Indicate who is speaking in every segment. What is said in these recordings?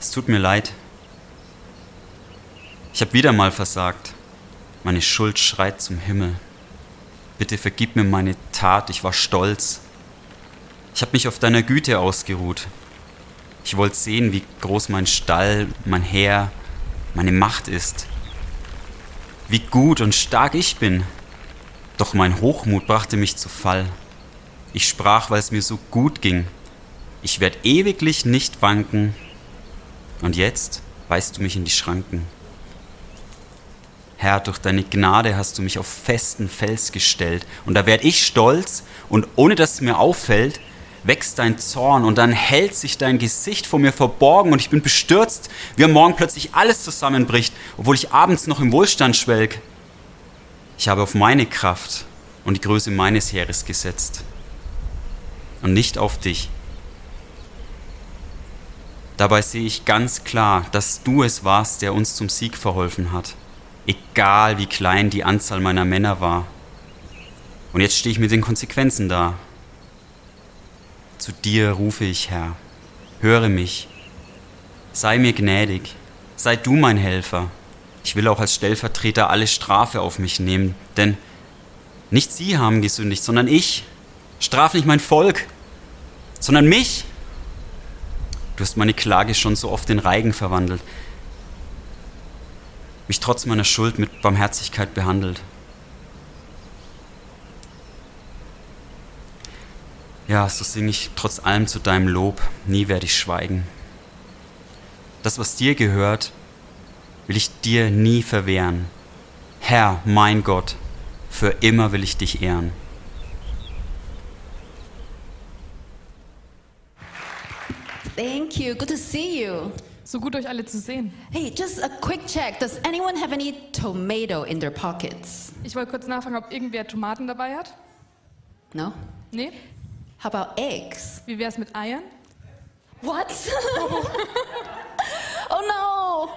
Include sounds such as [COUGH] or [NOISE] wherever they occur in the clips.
Speaker 1: Es tut mir leid. Ich habe wieder mal versagt. Meine Schuld schreit zum Himmel. Bitte vergib mir meine Tat, ich war stolz. Ich habe mich auf deiner Güte ausgeruht. Ich wollte sehen, wie groß mein Stall, mein Heer, meine Macht ist. Wie gut und stark ich bin. Doch mein Hochmut brachte mich zu Fall. Ich sprach, weil es mir so gut ging. Ich werde ewiglich nicht wanken. Und jetzt weist du mich in die Schranken. Herr, durch deine Gnade hast du mich auf festen Fels gestellt, und da werd ich stolz, und ohne dass es mir auffällt, wächst dein Zorn, und dann hält sich dein Gesicht vor mir verborgen, und ich bin bestürzt, wie am Morgen plötzlich alles zusammenbricht, obwohl ich abends noch im Wohlstand schwelg. Ich habe auf meine Kraft und die Größe meines Heeres gesetzt, und nicht auf dich. Dabei sehe ich ganz klar, dass du es warst, der uns zum Sieg verholfen hat egal wie klein die Anzahl meiner Männer war. Und jetzt stehe ich mit den Konsequenzen da. Zu dir rufe ich, Herr, höre mich, sei mir gnädig, sei du mein Helfer. Ich will auch als Stellvertreter alle Strafe auf mich nehmen, denn nicht sie haben gesündigt, sondern ich. Straf nicht mein Volk, sondern mich. Du hast meine Klage schon so oft in Reigen verwandelt mich trotz meiner Schuld mit Barmherzigkeit behandelt. Ja, so singe ich trotz allem zu deinem Lob, nie werde ich schweigen. Das, was dir gehört, will ich dir nie verwehren. Herr, mein Gott, für immer will ich dich ehren.
Speaker 2: Thank you. Good to see you.
Speaker 3: So gut euch alle zu sehen.
Speaker 2: Hey, just a quick check. Does anyone have any tomato in their pockets?
Speaker 3: Ich wollte kurz nachfragen, ob irgendwer Tomaten dabei hat.
Speaker 2: No?
Speaker 3: Nee?
Speaker 2: How about eggs?
Speaker 3: Wie wär's mit Eiern?
Speaker 2: What? [LAUGHS] oh no!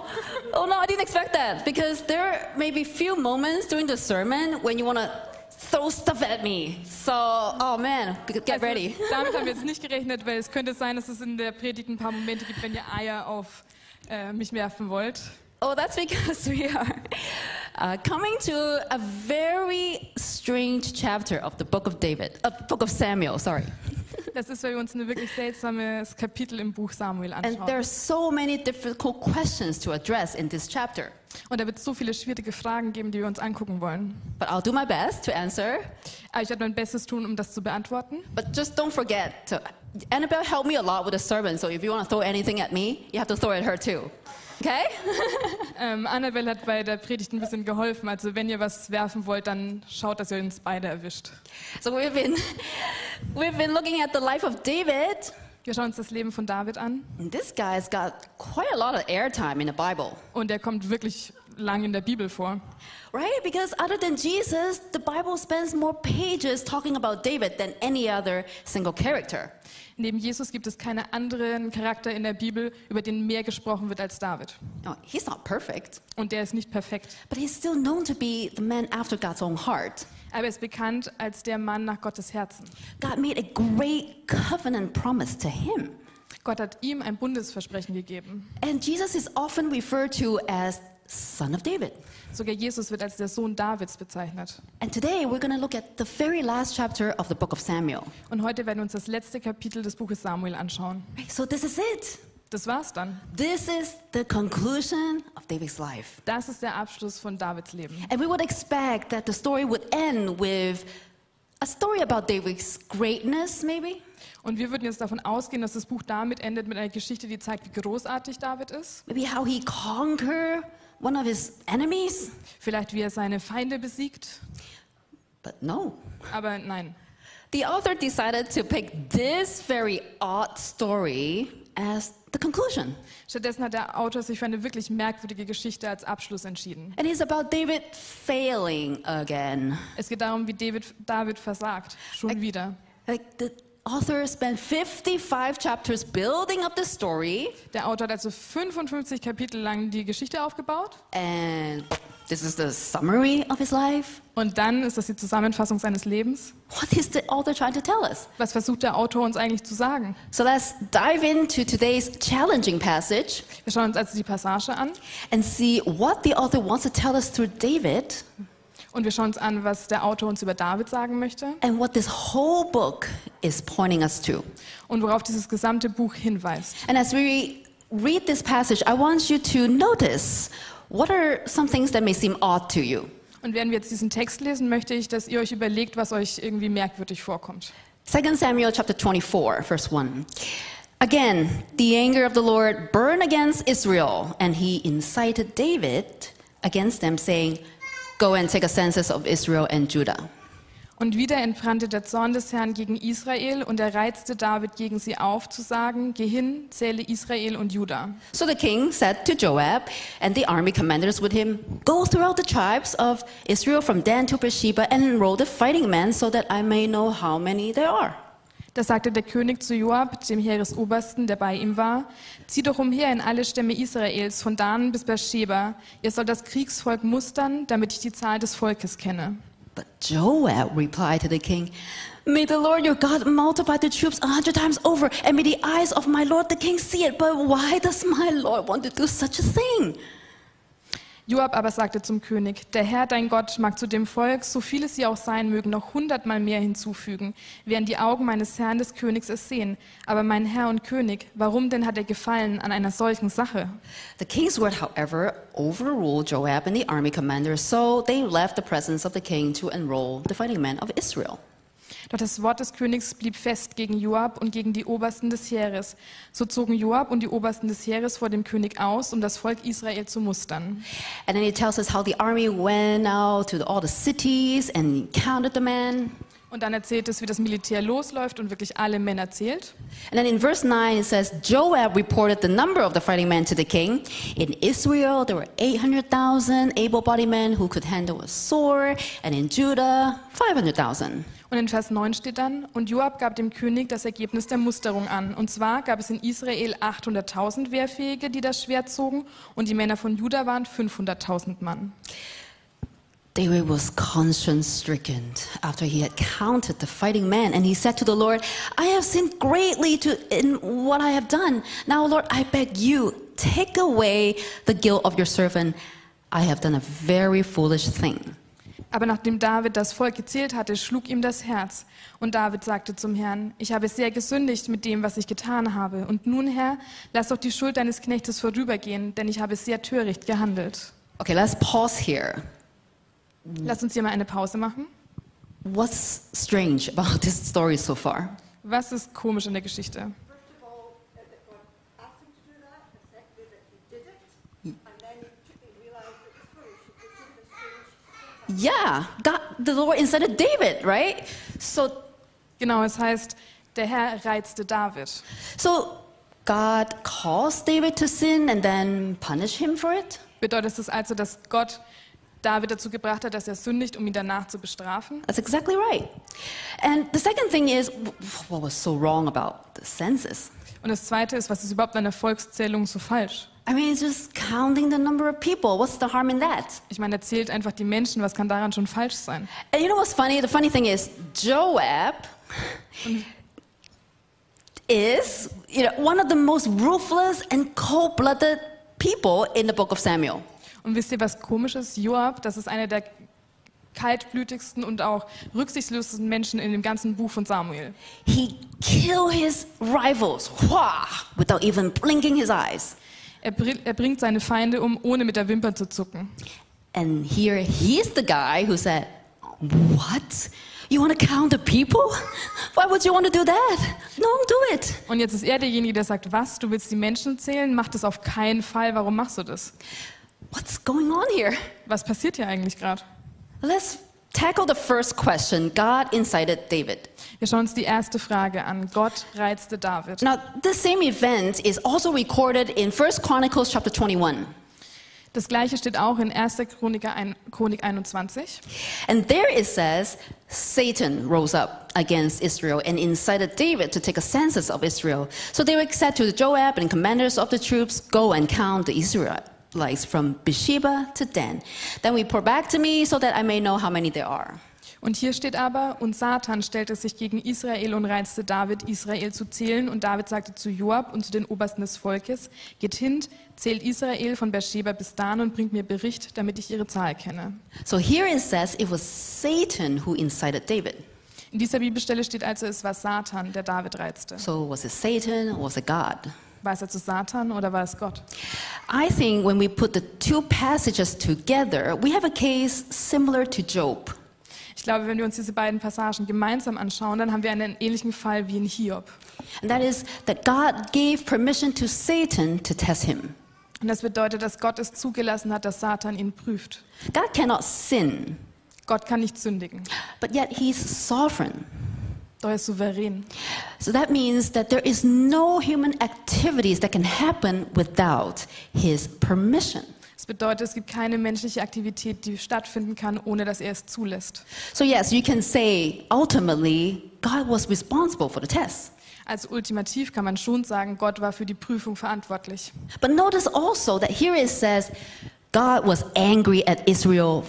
Speaker 2: Oh no, I didn't expect that because there may be few moments during the sermon when you want to throw stuff at me. So, oh man, get
Speaker 3: Also, [LAUGHS]
Speaker 2: ready.
Speaker 3: Damit haben wir jetzt nicht gerechnet, weil es könnte sein, dass es in der Predigt ein paar Momente gibt, wenn ihr Eier auf äh, mich werfen wollt.
Speaker 2: Oh, that's because we are uh, coming to a very strange chapter of the book of David, uh, book of Samuel, sorry.
Speaker 3: Das ist, weil wir uns ein wirklich seltsames Kapitel im Buch Samuel
Speaker 2: And there
Speaker 3: anschauen.
Speaker 2: are so many difficult questions to address in this chapter.
Speaker 3: Und da wird es so viele schwierige Fragen geben, die wir uns angucken wollen.
Speaker 2: But I'll do my best to answer.
Speaker 3: Aber ich werde mein Bestes tun, um das zu beantworten.
Speaker 2: But just don't forget to. Annabelle helped me a lot with the sermon, so if you want to throw anything at me, you have to throw it at her too. Okay? [LAUGHS]
Speaker 3: Ähm, Annabelle hat bei der Predigt ein bisschen geholfen. Also wenn ihr was werfen wollt, dann schaut, dass ihr uns beide erwischt.
Speaker 2: So we've been we've been looking at the life of David.
Speaker 3: Wir schauen uns das Leben von David an.
Speaker 2: And this guy's got quite a lot of airtime in the Bible.
Speaker 3: Und er kommt wirklich lang in der Bibel vor.
Speaker 2: Right? Because other than Jesus, the Bible spends more pages talking about David than any other single character.
Speaker 3: Neben Jesus gibt es keinen anderen Charakter in der Bibel, über den mehr gesprochen wird als David.
Speaker 2: Now, he's not perfect,
Speaker 3: Und der ist nicht perfekt.
Speaker 2: but he's still known to be the man after God's own heart.
Speaker 3: Aber er ist bekannt als der Mann nach Gottes Herzen.
Speaker 2: God made a great covenant promise to him.
Speaker 3: Gott hat ihm ein Bundesversprechen gegeben.
Speaker 2: And Jesus is often referred to as son of David.
Speaker 3: Sogar Jesus wird als der Sohn Davids bezeichnet.
Speaker 2: And today we're going to look at the very last chapter of the book of Samuel.
Speaker 3: Und heute werden wir uns das letzte Kapitel des Buches Samuel anschauen.
Speaker 2: Right, so this is it.
Speaker 3: Das war's dann.
Speaker 2: This is the conclusion of David's life.
Speaker 3: Das ist der Abschluss von Davids Leben.
Speaker 2: And we would expect that the story would end with a story about David's greatness, maybe,
Speaker 3: Und wir würden jetzt davon ausgehen, dass das Buch damit endet mit einer Geschichte, die zeigt, wie großartig David ist.
Speaker 2: maybe how he conquered one of his enemies.
Speaker 3: Vielleicht, wie er seine Feinde besiegt.
Speaker 2: But no.
Speaker 3: Aber nein.
Speaker 2: The author decided to pick this very odd story as the conclusion.
Speaker 3: Stattdessen hat der Autor sich für eine wirklich merkwürdige Geschichte als Abschluss entschieden.
Speaker 2: And it's about David failing again.
Speaker 3: Es geht darum, wie David, David versagt. Schon wieder.
Speaker 2: Like the author spent 55 chapters building up the story,
Speaker 3: Der Autor hat also 55 Kapitel lang die Geschichte aufgebaut
Speaker 2: and this is the summary of his life.
Speaker 3: und dann ist das die Zusammenfassung seines Lebens.
Speaker 2: What is the author trying to tell us?
Speaker 3: Was versucht der Autor uns eigentlich zu sagen?
Speaker 2: So let's dive into today's challenging passage
Speaker 3: Wir schauen uns also die Passage an
Speaker 2: and see what the author wants to tell us through David
Speaker 3: und wir schauen uns an, was der Autor uns über David sagen möchte
Speaker 2: and what this whole book is pointing us to.
Speaker 3: und worauf dieses gesamte Buch hinweist.
Speaker 2: And as we read this passage, I want you to notice what are some things that may seem odd to you.
Speaker 3: Und während wir jetzt diesen Text lesen, möchte ich, dass ihr euch überlegt, was euch irgendwie merkwürdig vorkommt.
Speaker 2: 2 Samuel chapter 24, verse 1. Again, the anger of the Lord burned against Israel, and he incited David against them, saying, Go and take a census of Israel and Judah.
Speaker 3: Und wieder entbrannte der Zorn des Herrn gegen Israel und er reizte David gegen sie auf, zu sagen, geh hin, zähle Israel und Juda.
Speaker 2: So the king said to Joab and the army commanders with him, Go throughout the tribes of Israel from Dan to Beersheba and enroll the fighting men so that I may know how many there are.
Speaker 3: Da sagte der König zu Joab, dem Heeresobersten, der bei ihm war, zieh doch umher in alle Stämme Israels, von Dan bis Beersheba. Ihr sollt das Kriegsvolk mustern, damit ich die Zahl des Volkes kenne.
Speaker 2: But Joab replied to the king, May the Lord your God multiply the troops a hundred times over, and may the eyes of my Lord the king see it. But why does my Lord want to do such a thing?
Speaker 3: Joab aber sagte zum König, der Herr, dein Gott, mag zu dem Volk, so viel es sie auch sein mögen, noch hundertmal mehr hinzufügen, während die Augen meines Herrn des Königs es sehen. Aber mein Herr und König, warum denn hat er Gefallen an einer solchen Sache?
Speaker 2: The king's word, however, overruled Joab and the army commander, so they left the presence of the king to enroll the fighting men of Israel.
Speaker 3: Doch das Wort des Königs blieb fest gegen Joab und gegen die Obersten des Heeres. So zogen Joab und die Obersten des Heeres vor dem König aus, um das Volk Israel zu mustern.
Speaker 2: And then he tells us how the army went out to all the cities and counted the men.
Speaker 3: Und dann erzählt es, wie das Militär losläuft und wirklich alle Männer zählt.
Speaker 2: And then in verse 9, it says Joab reported the number of the fighting men to the king. In Israel, there were 800,000 able bodied men who could handle a sword, and in Judah, 500,000.
Speaker 3: Und in Vers 9 steht dann, und Joab gab dem König das Ergebnis der Musterung an. Und zwar gab es in Israel 800.000 Wehrfähige, die das Schwert zogen, und die Männer von Juda waren 500.000 Mann.
Speaker 2: David was conscience stricken after he had counted the fighting men, and he said to the Lord, I have sinned greatly to, in what I have done. Now, Lord, I beg you, take away the guilt of your servant. I have done a very foolish thing.
Speaker 3: Aber nachdem David das Volk gezählt hatte, schlug ihm das Herz. Und David sagte zum Herrn, ich habe sehr gesündigt mit dem, was ich getan habe. Und nun, Herr, lass doch die Schuld deines Knechtes vorübergehen, denn ich habe sehr töricht gehandelt.
Speaker 2: Okay, let's pause here.
Speaker 3: Lass uns hier mal eine Pause machen.
Speaker 2: What's strange about this story so far?
Speaker 3: Was ist komisch in der Geschichte?
Speaker 4: First of all, uh, that God asked him to do that, and secondly, that he did it, and then he realised that the story should be super strange.
Speaker 2: Yeah, God, the Lord instead of David, right? So,
Speaker 3: Genau, es heißt, der Herr reizte David.
Speaker 2: so God calls David to sin and then punish him for it.
Speaker 3: Bedeutet es also, dass Gott David dazu gebracht hat, dass er sündigt, um ihn danach zu bestrafen?
Speaker 2: That's exactly right. And the second thing is, wh- what was so wrong about the census?
Speaker 3: Und das Zweite ist, was ist überhaupt an der Volkszählung so falsch?
Speaker 2: I mean, it's just counting the number of people. What's the harm in that?
Speaker 3: Ich meine, er zählt einfach die Menschen, was kann daran schon falsch sein?
Speaker 2: And you know what's funny? The funny thing is, Joab is you know, one of the most ruthless and cold blooded people in the book of Samuel.
Speaker 3: Und wisst ihr, was komisch ist? Joab, das ist einer der kaltblütigsten und auch rücksichtslosesten Menschen in dem ganzen Buch von Samuel.
Speaker 2: He killed his rivals wha, without even blinking his eyes.
Speaker 3: Er, bri- er bringt seine Feinde um, ohne mit der Wimper zu zucken.
Speaker 2: And here he's the guy who said, What? You want to count the people? [LAUGHS] Why would you want to do that? No, do it.
Speaker 3: Und jetzt ist er derjenige, der sagt, was, du willst die Menschen zählen? Mach das auf keinen Fall, warum machst du das?
Speaker 2: What's going on here?
Speaker 3: Was passiert hier eigentlich gerade?
Speaker 2: Let's tackle the first question God incited David.
Speaker 3: Wir schauen uns die erste Frage an. Gott reizte David.
Speaker 2: Now, this same event is also recorded in 1 Chronicles chapter 21.
Speaker 3: Das gleiche steht auch in 1. Chroniker ein- Chronik 21.
Speaker 2: And there it says Satan rose up against Israel and incited David to take a census of Israel. So David said to Joab and commanders of the troops, Go and count the Israelites from Beersheba to Dan. Then report back to me so that I may know how many there are.
Speaker 3: Und hier steht aber, und Satan stellte sich gegen Israel und reizte David, Israel zu zählen. Und David sagte zu Joab und zu den Obersten des Volkes, geht hin, zählt Israel von Beersheba bis Dan und bringt mir Bericht, damit ich ihre Zahl kenne.
Speaker 2: So here it says it was Satan who incited David.
Speaker 3: In dieser Bibelstelle steht also, es war Satan, der David reizte.
Speaker 2: So was it Satan or was it God?
Speaker 3: War es also Satan oder war es Gott?
Speaker 2: I think when we put the two passages together, we have a case similar to Job.
Speaker 3: Ich glaube, wenn wir uns diese beiden Passagen gemeinsam anschauen, dann haben wir einen ähnlichen Fall wie in Hiob.
Speaker 2: And that is that God gave permission to Satan to test him.
Speaker 3: Und das bedeutet, dass Gott es zugelassen hat, dass Satan ihn prüft.
Speaker 2: God cannot sin,
Speaker 3: Gott kann nicht sündigen,
Speaker 2: but yet he's sovereign.
Speaker 3: doch er ist souverän.
Speaker 2: So that means that there is no human activities that can happen without his permission.
Speaker 3: Das bedeutet, es gibt keine menschliche Aktivität, die stattfinden kann, ohne dass er es zulässt.
Speaker 2: So yes, you can say ultimately God was responsible for the test.
Speaker 3: Also ultimativ kann man schon sagen, Gott war für die Prüfung verantwortlich.
Speaker 2: But notice also that here it says God was angry at Israel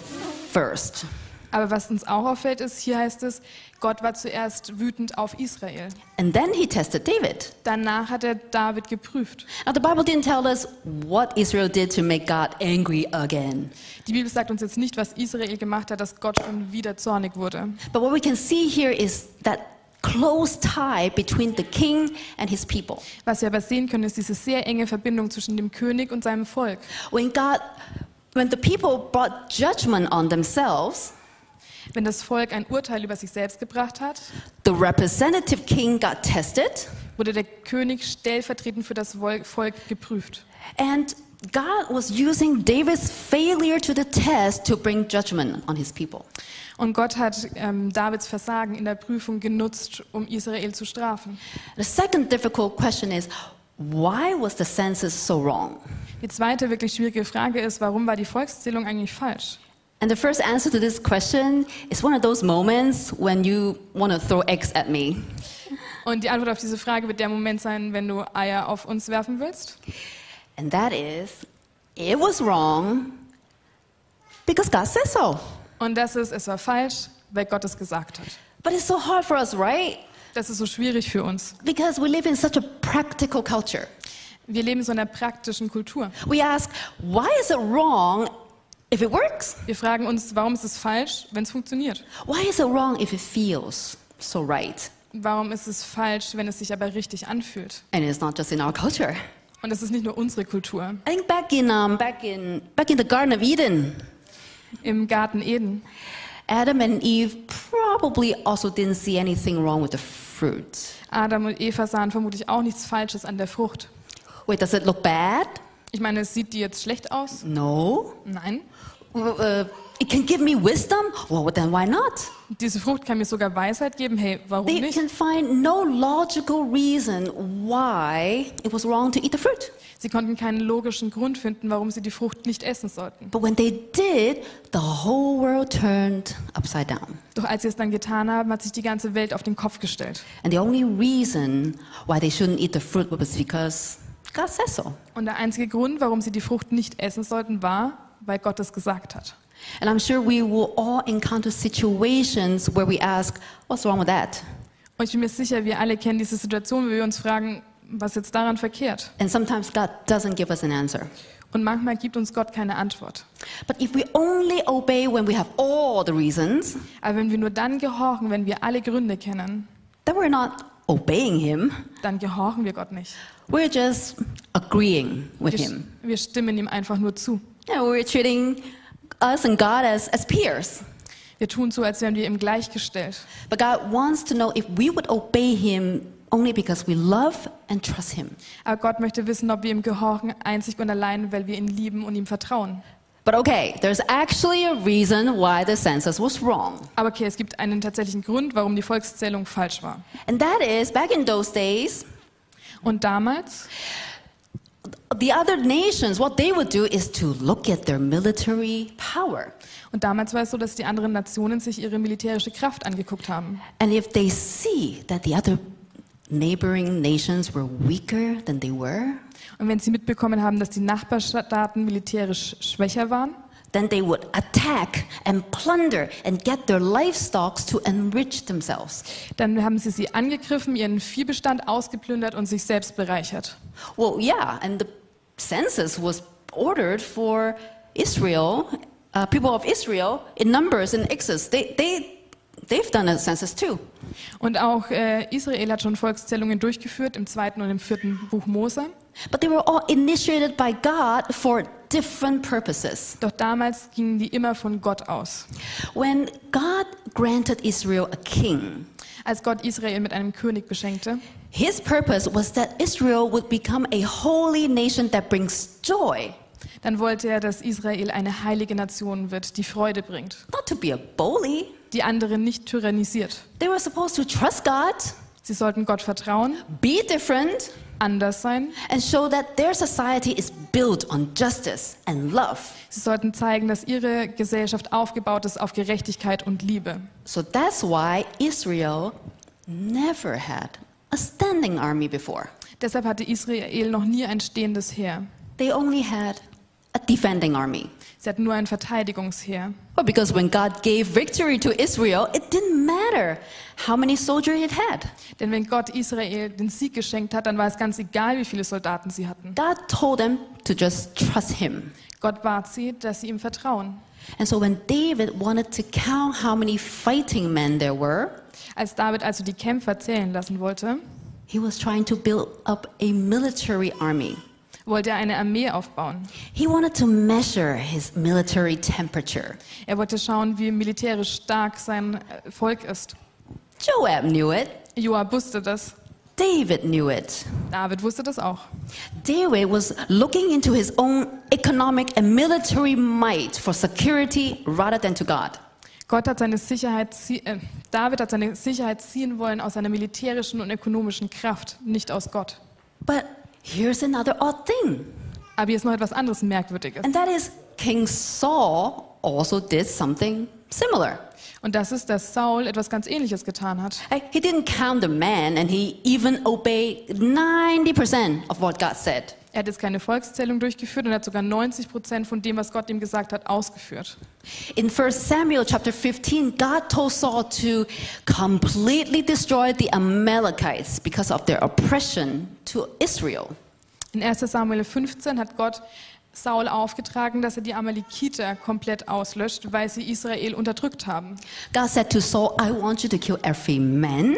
Speaker 2: first.
Speaker 3: Aber was uns auch auffällt, ist, hier heißt es, Gott war zuerst wütend auf Israel.
Speaker 2: And then he tested David.
Speaker 3: Danach hat er David geprüft.
Speaker 2: Now, the Bible didn't tell us what Israel did to make God angry again.
Speaker 3: Die Bibel sagt uns jetzt nicht, was Israel gemacht hat, dass Gott schon wieder zornig wurde.
Speaker 2: But what we can see here is that close tie between the king and his people.
Speaker 3: Was wir aber sehen können, ist diese sehr enge Verbindung zwischen dem König und seinem Volk.
Speaker 2: When God, when the people brought judgment on themselves,
Speaker 3: Wenn das Volk ein Urteil über sich selbst gebracht hat,
Speaker 2: the representative king got tested,
Speaker 3: wurde der König stellvertretend für das Vol- Volk geprüft.
Speaker 2: and God was using David's failure to the test to bring judgment on his people.
Speaker 3: Und Gott hat ähm, Davids Versagen in der Prüfung genutzt, um Israel zu strafen.
Speaker 2: The second difficult question is why was the census so wrong?
Speaker 3: Die zweite wirklich schwierige Frage ist, warum war die Volkszählung eigentlich falsch?
Speaker 2: And the first answer to this question is one of those moments when you want to throw eggs at me.
Speaker 3: Und die Antwort auf diese Frage wird der Moment sein, wenn du Eier auf uns werfen willst.
Speaker 2: And that is, it was wrong because God said so.
Speaker 3: Und das ist, es war falsch, weil Gott es gesagt hat.
Speaker 2: But it's so hard for us, right?
Speaker 3: Das ist so schwierig für uns.
Speaker 2: Because we live in such a practical culture.
Speaker 3: Wir leben in so einer praktischen Kultur.
Speaker 2: We ask, why is it wrong if it works?
Speaker 3: Wir fragen uns, warum ist es falsch, wenn es funktioniert?
Speaker 2: Why is it wrong if it feels so right?
Speaker 3: Warum ist es falsch, wenn es sich aber richtig anfühlt?
Speaker 2: And it's not just in our culture.
Speaker 3: Und das ist nicht nur unsere Kultur.
Speaker 2: I think back in, um, back in, back in the Garden of Eden,
Speaker 3: Im Garten Eden
Speaker 2: Adam and Eve probably also didn't see anything wrong with the fruit.
Speaker 3: Adam und Eva sahen vermutlich auch nichts Falsches an der Frucht.
Speaker 2: Wait, does it look bad?
Speaker 3: Ich meine, sieht die jetzt schlecht aus?
Speaker 2: No.
Speaker 3: Nein.
Speaker 2: Uh, it can give me wisdom? Well, then why not?
Speaker 3: Diese Frucht kann mir sogar Weisheit geben. Hey, warum
Speaker 2: They
Speaker 3: nicht?
Speaker 2: can find no logical reason why it was wrong to eat the fruit.
Speaker 3: Sie konnten keinen logischen Grund finden, warum sie die Frucht nicht essen sollten.
Speaker 2: But when they did, the whole world turned upside down.
Speaker 3: Doch als sie es dann getan haben, hat sich die ganze Welt auf den Kopf gestellt.
Speaker 2: And the only reason why they shouldn't eat the fruit was because God says so.
Speaker 3: Und der einzige Grund, warum sie die Frucht nicht essen sollten, war, weil Gott es gesagt hat.
Speaker 2: And I'm sure we will all encounter situations where we ask, what's wrong with that?
Speaker 3: Und ich bin mir sicher, wir alle kennen diese Situation, wo wir uns fragen, was ist jetzt daran verkehrt?
Speaker 2: And sometimes God doesn't give us an answer.
Speaker 3: Und manchmal gibt uns Gott keine Antwort.
Speaker 2: But if we only obey when we have all the reasons,
Speaker 3: Aber wenn wir nur dann gehorchen, wenn wir alle Gründe kennen,
Speaker 2: then we're not obeying Him,
Speaker 3: dann gehorchen wir Gott nicht.
Speaker 2: we're just agreeing with
Speaker 3: Wir,
Speaker 2: Him.
Speaker 3: wir stimmen ihm einfach nur zu.
Speaker 2: Yeah, we're treating us and God as, as peers.
Speaker 3: Wir tun so, als wären wir ihm gleichgestellt.
Speaker 2: But God wants to know if we would obey Him only because we love and trust Him.
Speaker 3: Aber Gott möchte wissen, ob wir ihm gehorchen, einzig und allein, weil wir ihn lieben und ihm vertrauen.
Speaker 2: But okay, there's actually a reason why the census was wrong.
Speaker 3: Aber okay, es gibt einen tatsächlichen Grund, warum die Volkszählung falsch war.
Speaker 2: And that is, back in those days,
Speaker 3: Und damals,
Speaker 2: the other nations, what they would do is to look at their military power.
Speaker 3: Und damals war es so, dass die anderen Nationen sich ihre militärische Kraft angeguckt haben.
Speaker 2: And if they see that the other neighboring nations were weaker than they were,
Speaker 3: Und wenn sie mitbekommen haben, dass die Nachbarstaaten militärisch schwächer waren,
Speaker 2: then they would attack and plunder and get their livestock to enrich themselves.
Speaker 3: dann haben sie sie angegriffen, ihren Viehbestand ausgeplündert und sich selbst bereichert.
Speaker 2: Well, yeah, and the census was ordered for Israel, uh, people of Israel in numbers in Exodus. They, they, they've done a census too.
Speaker 3: Und auch äh, Israel hat schon Volkszählungen durchgeführt im zweiten und im vierten Buch Mose.
Speaker 2: But they were all initiated by God for different purposes.
Speaker 3: Doch damals gingen die immer von Gott aus.
Speaker 2: When God granted Israel a king,
Speaker 3: Als Gott Israel mit einem König beschenkte,
Speaker 2: his purpose was that Israel would become a holy nation that brings joy,
Speaker 3: dann wollte er, dass Israel eine heilige Nation wird, die Freude bringt,
Speaker 2: not to be a bully.
Speaker 3: die anderen nicht tyrannisiert.
Speaker 2: They were supposed to trust God,
Speaker 3: Sie sollten Gott vertrauen,
Speaker 2: be different,
Speaker 3: anders sein.
Speaker 2: and show that their society is built on justice and love.
Speaker 3: Sie sollten zeigen, dass ihre Gesellschaft aufgebaut ist auf Gerechtigkeit und Liebe.
Speaker 2: So that's why Israel never had a standing army before.
Speaker 3: Deshalb hatte Israel noch nie ein stehendes Heer.
Speaker 2: They only had a defending army.
Speaker 3: Sie hatten nur ein Verteidigungsheer.
Speaker 2: Well, because when God gave victory to Israel, it didn't matter how many soldiers it had.
Speaker 3: Denn wenn Gott Israel den Sieg geschenkt hat, dann war es ganz egal, wie viele Soldaten sie hatten.
Speaker 2: God told them to just trust him.
Speaker 3: Gott bat sie, dass sie ihm vertrauen.
Speaker 2: And so when David wanted to count how many fighting men there were,
Speaker 3: Als David also die Kämpfer zählen lassen wollte,
Speaker 2: he was trying to build up a military army.
Speaker 3: wollte er eine Armee aufbauen.
Speaker 2: He wanted to measure his military temperature.
Speaker 3: Er wollte schauen, wie militärisch stark sein äh, Volk ist.
Speaker 2: Joab knew it.
Speaker 3: Joab wusste das.
Speaker 2: David knew it.
Speaker 3: David wusste das auch.
Speaker 2: David was looking into his own economic and military might for security rather than to God.
Speaker 3: Gott hat seine Sicherheit, zie- äh, David hat seine Sicherheit ziehen wollen aus seiner militärischen und ökonomischen Kraft, nicht aus Gott.
Speaker 2: But here's another odd thing.
Speaker 3: Aber hier ist noch etwas anderes Merkwürdiges.
Speaker 2: And that is, King Saul also did something similar.
Speaker 3: Und das ist, dass Saul etwas ganz Ähnliches getan hat.
Speaker 2: Uh, He didn't count the man, and he even obeyed 90% of what God said.
Speaker 3: Er hat jetzt keine Volkszählung durchgeführt und hat sogar 90 Prozent von dem, was Gott ihm gesagt hat, ausgeführt.
Speaker 2: In 1 Samuel chapter 15, God told Saul to completely destroy the Amalekites because of their oppression to Israel.
Speaker 3: In 1. Samuel 15 hat Gott Saul aufgetragen, dass er die Amalekiter komplett auslöscht, weil sie Israel unterdrückt haben.
Speaker 2: God said to Saul, I want you to kill every man,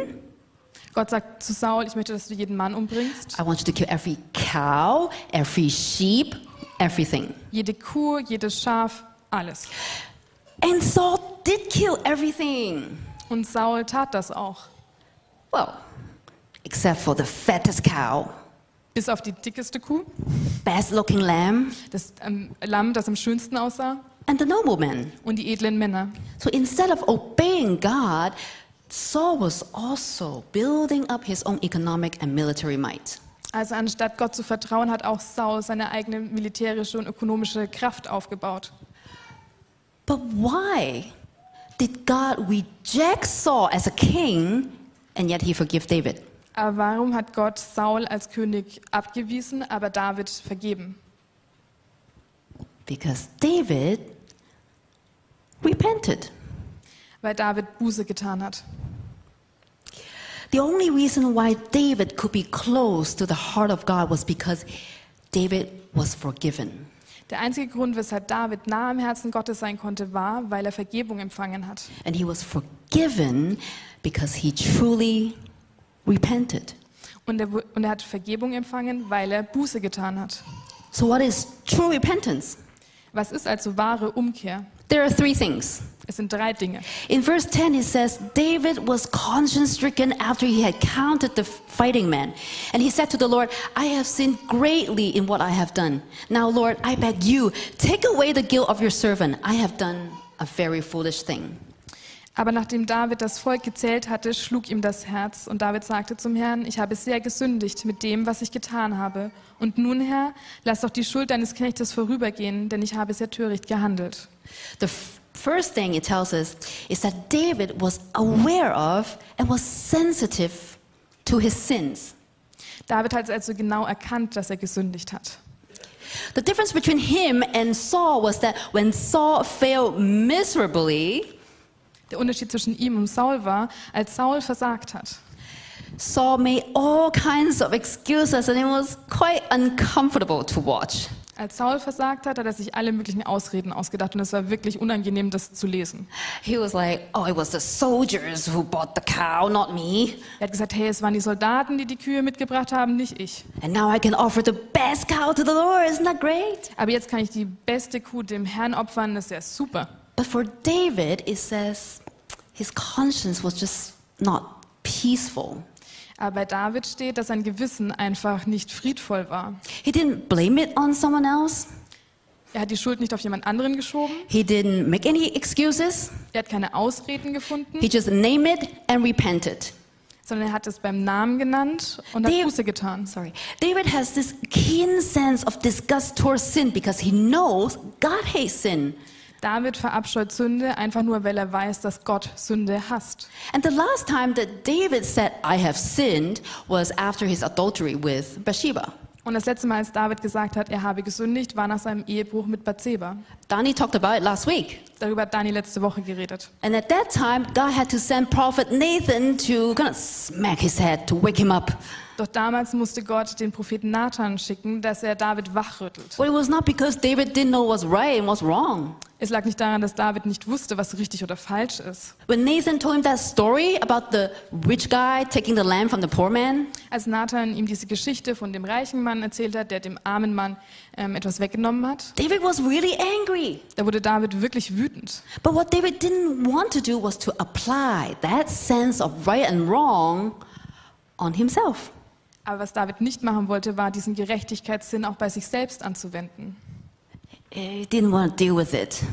Speaker 3: Gott sagt zu Saul, ich möchte, dass du jeden Mann umbringst,
Speaker 2: I want you to kill every cow, every sheep, everything.
Speaker 3: jede Kuh, jedes Schaf, alles.
Speaker 2: And Saul did kill everything.
Speaker 3: Und Saul tat das auch,
Speaker 2: Well, except for the fattest cow,
Speaker 3: bis auf die dickeste Kuh,
Speaker 2: best looking lamb,
Speaker 3: das ähm, Lamm, das am schönsten aussah,
Speaker 2: and the nobleman.
Speaker 3: und die edlen Männer.
Speaker 2: So instead of obeying God, Saul was also building up his own economic and military might.
Speaker 3: Also anstatt Gott zu vertrauen, hat auch Saul seine eigene militärische und ökonomische Kraft aufgebaut.
Speaker 2: But why did God reject Saul as a king and yet he forgave David?
Speaker 3: Aber warum hat Gott Saul als König abgewiesen, aber David vergeben?
Speaker 2: Because David repented.
Speaker 3: Weil David Buße getan hat.
Speaker 2: The only reason why David could be close to the heart of God was because David was forgiven.
Speaker 3: Der einzige Grund, weshalb David nah am Herzen Gottes sein konnte, war, weil er Vergebung empfangen hat.
Speaker 2: And he was forgiven because he truly repented.
Speaker 3: Und er, wu- und er hat Vergebung empfangen, weil er Buße getan hat.
Speaker 2: So, what is true repentance?
Speaker 3: Was ist also wahre Umkehr?
Speaker 2: There are three things.
Speaker 3: Es sind drei Dinge.
Speaker 2: In verse 10, it says, David was conscience stricken after he had counted the fighting men. And he said to the Lord, I have sinned greatly in what I have done. Now, Lord, I beg you, take away the guilt of your servant. I have done a very foolish thing.
Speaker 3: Aber nachdem David das Volk gezählt hatte, schlug ihm das Herz, und David sagte zum Herrn, ich habe sehr gesündigt mit dem, was ich getan habe. Und nun, Herr, lass doch die Schuld deines Knechtes vorübergehen, denn ich habe sehr töricht gehandelt.
Speaker 2: The f- first thing it tells us is that David was aware of and was sensitive to his sins.
Speaker 3: David hat es also genau erkannt, dass er gesündigt hat.
Speaker 2: The difference between him and Saul was that when Saul failed miserably,
Speaker 3: Der Unterschied zwischen ihm und Saul war, als Saul versagt hat,
Speaker 2: Saul made all kinds of excuses and it was quite uncomfortable to watch.
Speaker 3: als Saul versagt hat, hat er sich alle möglichen Ausreden ausgedacht und es war wirklich unangenehm, das zu lesen.
Speaker 2: He was like, oh, it was the soldiers who bought the cow, not me.
Speaker 3: Er hat gesagt, hey, es waren die Soldaten, die die Kühe mitgebracht haben, nicht ich.
Speaker 2: And now I can offer the best cow to the Lord. Isn't that great?
Speaker 3: Aber jetzt kann ich die beste Kuh dem Herrn opfern, das ist ja super.
Speaker 2: But for David, it says his conscience was just not peaceful.
Speaker 3: Aber bei David steht, dass sein Gewissen einfach nicht friedvoll war.
Speaker 2: He didn't blame it on someone else.
Speaker 3: Er hat die Schuld nicht auf jemand anderen geschoben,
Speaker 2: He didn't make any excuses.
Speaker 3: er hat keine Ausreden gefunden,
Speaker 2: He just named it and repented.
Speaker 3: sondern er hat es beim Namen genannt und hat
Speaker 2: Dave-
Speaker 3: Buße getan.
Speaker 2: Sorry. David has this keen sense of disgust towards sin because he knows God hates sin.
Speaker 3: David verabscheut Sünde einfach nur, weil er weiß, dass Gott Sünde hasst.
Speaker 2: And the last time that David said, I have sinned, was after his adultery with Bathsheba.
Speaker 3: Und das letzte Mal, als David gesagt hat, er habe gesündigt, war nach seinem Ehebruch mit Bathseba.
Speaker 2: Donnie talked about it last week.
Speaker 3: Darüber hat Dani letzte Woche geredet.
Speaker 2: And at that time, God had to send prophet Nathan to kind of smack his head to wake him up.
Speaker 3: Doch damals musste Gott den Propheten Nathan schicken, dass er David wachrüttelt.
Speaker 2: But it was not because David didn't know what's right and what's wrong.
Speaker 3: Es lag nicht daran, dass David nicht wusste, was richtig oder falsch ist.
Speaker 2: When Nathan told him that story about the rich guy taking the land from the poor man,
Speaker 3: Als Nathan ihm diese Geschichte von dem reichen Mann erzählt hat, der dem armen Mann ähm, etwas weggenommen hat,
Speaker 2: David was really angry.
Speaker 3: da wurde David wirklich wütend.
Speaker 2: But what David didn't want to do was to apply that sense of right and wrong on himself.
Speaker 3: Aber was David nicht machen wollte, war, diesen Gerechtigkeitssinn auch bei sich selbst anzuwenden.
Speaker 2: He didn't want to deal with it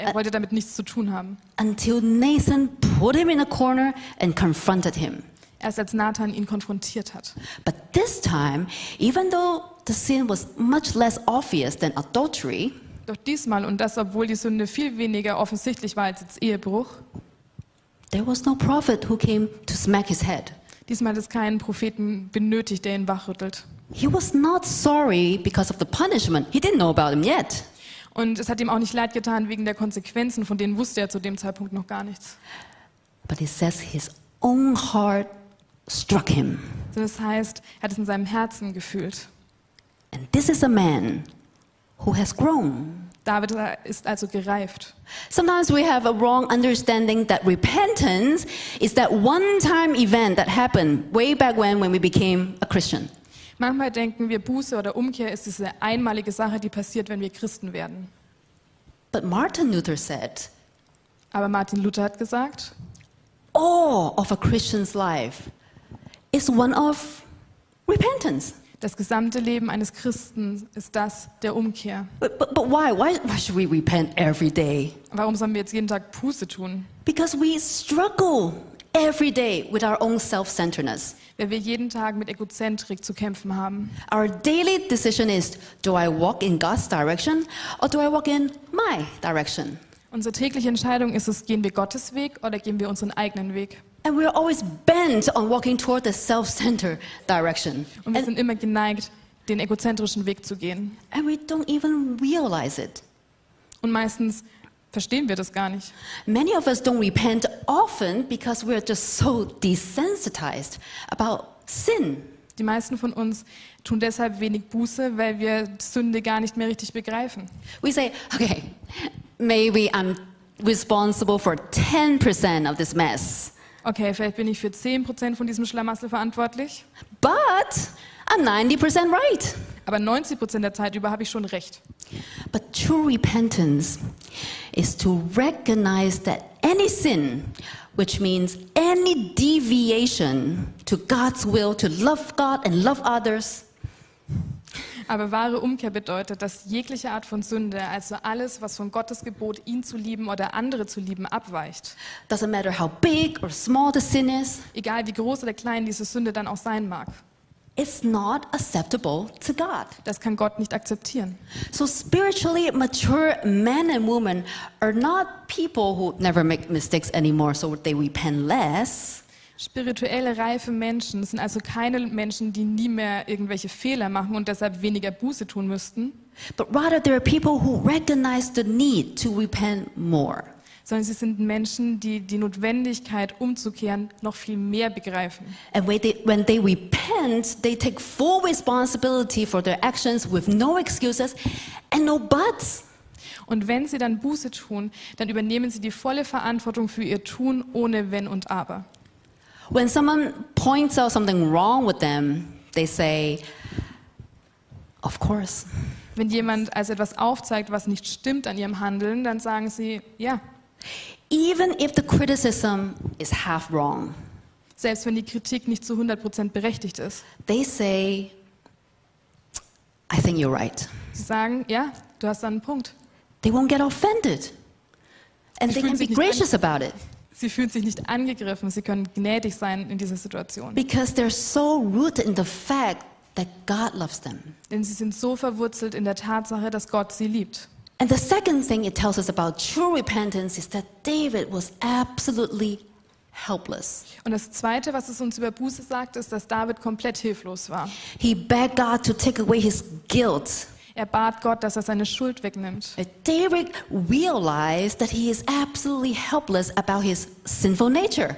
Speaker 3: Er wollte damit nichts zu tun haben.
Speaker 2: until Nathan put him in a corner and confronted him.
Speaker 3: Erst als Nathan ihn konfrontiert hat.
Speaker 2: But this time, even though the sin was much less obvious than adultery,
Speaker 3: Doch diesmal, und das obwohl die Sünde viel weniger offensichtlich war als jetzt Ehebruch,
Speaker 2: there was no prophet who came to smack his head.
Speaker 3: diesmal hat es keinen Propheten benötigt, der ihn wachrüttelt.
Speaker 2: He was not sorry because of the punishment. He didn't know about him yet.
Speaker 3: Und es hat ihm auch nicht leid getan wegen der Konsequenzen, von denen wusste er zu dem Zeitpunkt noch gar nichts.
Speaker 2: But it says his own heart struck him.
Speaker 3: Sondern Das heißt, er hat es in seinem Herzen gefühlt.
Speaker 2: And this is a man who has grown.
Speaker 3: David ist also gereift.
Speaker 2: Sometimes we have a wrong understanding that repentance is that one time event that happened way back when when we became a Christian.
Speaker 3: Manchmal denken wir, Buße oder Umkehr ist diese einmalige Sache, die passiert, wenn wir Christen werden.
Speaker 2: But Martin Luther said,
Speaker 3: Aber Martin Luther hat gesagt,
Speaker 2: all of a Christian's life is one of repentance.
Speaker 3: das gesamte Leben eines Christen ist das der Umkehr.
Speaker 2: But, but, but why? why? Why should we repent every day?
Speaker 3: Warum sollen wir jetzt jeden Tag Buße tun?
Speaker 2: Because we struggle every day with our own self centeredness.
Speaker 3: Weil wir jeden Tag mit Egozentrik zu kämpfen haben.
Speaker 2: Our daily decision is do I walk in God's direction or do I walk in my direction?
Speaker 3: Unsere tägliche Entscheidung ist es, gehen wir Gottes Weg oder gehen wir unseren eigenen Weg?
Speaker 2: And we're always bent on walking toward the self centered direction.
Speaker 3: Und wir
Speaker 2: And,
Speaker 3: sind immer geneigt, den egozentrischen Weg zu gehen.
Speaker 2: and we don't even realize it.
Speaker 3: Und meistens verstehen wir das gar nicht.
Speaker 2: Many of us don't repent often because we're just so desensitized about sin.
Speaker 3: Die meisten von uns tun deshalb wenig Buße, weil wir Sünde gar nicht mehr richtig begreifen.
Speaker 2: We say, okay, maybe I'm responsible for 10% of this mess,
Speaker 3: Okay, vielleicht bin ich für 10% von diesem Schlamassel verantwortlich,
Speaker 2: but I'm 90% right.
Speaker 3: aber 90% der Zeit über habe ich schon recht.
Speaker 2: But true repentance is to recognize that any sin, which means any deviation to God's will to love God and love others,
Speaker 3: Aber wahre Umkehr bedeutet, dass jegliche Art von Sünde, also alles, was von Gottes Gebot, ihn zu lieben oder andere zu lieben, abweicht.
Speaker 2: Doesn't matter how big or small the sin is,
Speaker 3: Egal wie groß oder klein diese Sünde dann auch sein mag.
Speaker 2: it's not acceptable to God.
Speaker 3: Das kann Gott nicht akzeptieren.
Speaker 2: So spiritually mature men and women are not people who never make mistakes anymore, so they repent less.
Speaker 3: Spirituelle, reife Menschen sind also keine Menschen, die nie mehr irgendwelche Fehler machen und deshalb weniger Buße tun müssten,
Speaker 2: But rather, there are people who recognize the need to repent more.
Speaker 3: sondern sie sind Menschen, die die Notwendigkeit umzukehren noch viel mehr begreifen.
Speaker 2: And when they, when they repent, they take full responsibility for their actions with no excuses and no buts.
Speaker 3: Und wenn sie dann Buße tun, dann übernehmen sie die volle Verantwortung für ihr Tun ohne Wenn und Aber.
Speaker 2: When someone points out something wrong with them, they say, Of course.
Speaker 3: Wenn jemand also etwas aufzeigt, was nicht stimmt an ihrem Handeln, dann sagen sie ja,
Speaker 2: Even if the criticism is half wrong,
Speaker 3: selbst wenn die Kritik nicht zu 100% berechtigt ist.
Speaker 2: they say, I think you're right.
Speaker 3: Sie sagen, ja, du hast da einen Punkt.
Speaker 2: They won't get offended. And they
Speaker 3: fühlen
Speaker 2: can be
Speaker 3: sich nicht
Speaker 2: gracious about it
Speaker 3: Sie fühlen sich nicht angegriffen, sie können gnädig sein in dieser Situation.
Speaker 2: because they're so rooted in the fact that God loves them.
Speaker 3: Denn sie sind so verwurzelt in der Tatsache, dass Gott sie liebt.
Speaker 2: And the second thing it tells us about true repentance is that David was absolutely helpless.
Speaker 3: Und das Zweite, was es uns über Buße sagt, ist, dass David komplett hilflos war.
Speaker 2: He begged God to take away his guilt.
Speaker 3: Er bat Gott, dass er seine Schuld wegnimmt.
Speaker 2: But David realized that he is absolutely helpless about his sinful nature,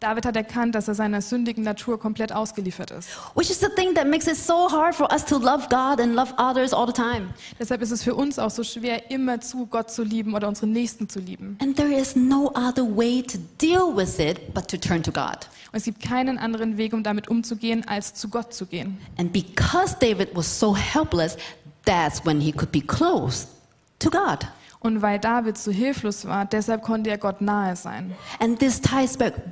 Speaker 3: David hat erkannt, dass er seiner sündigen Natur komplett ausgeliefert ist.
Speaker 2: which is the thing that makes it so hard for us to love God and love others all the time.
Speaker 3: Deshalb ist es für uns auch so schwer, immer zu Gott zu lieben oder unsere Nächsten zu lieben.
Speaker 2: And there is no other way to deal with it but to turn to God.
Speaker 3: Und es gibt keinen anderen Weg, um damit umzugehen, als zu Gott zu gehen.
Speaker 2: And because David was so helpless, that's when he could be close to God.
Speaker 3: Und weil David so hilflos war, deshalb konnte er Gott nahe sein.
Speaker 2: And this ties back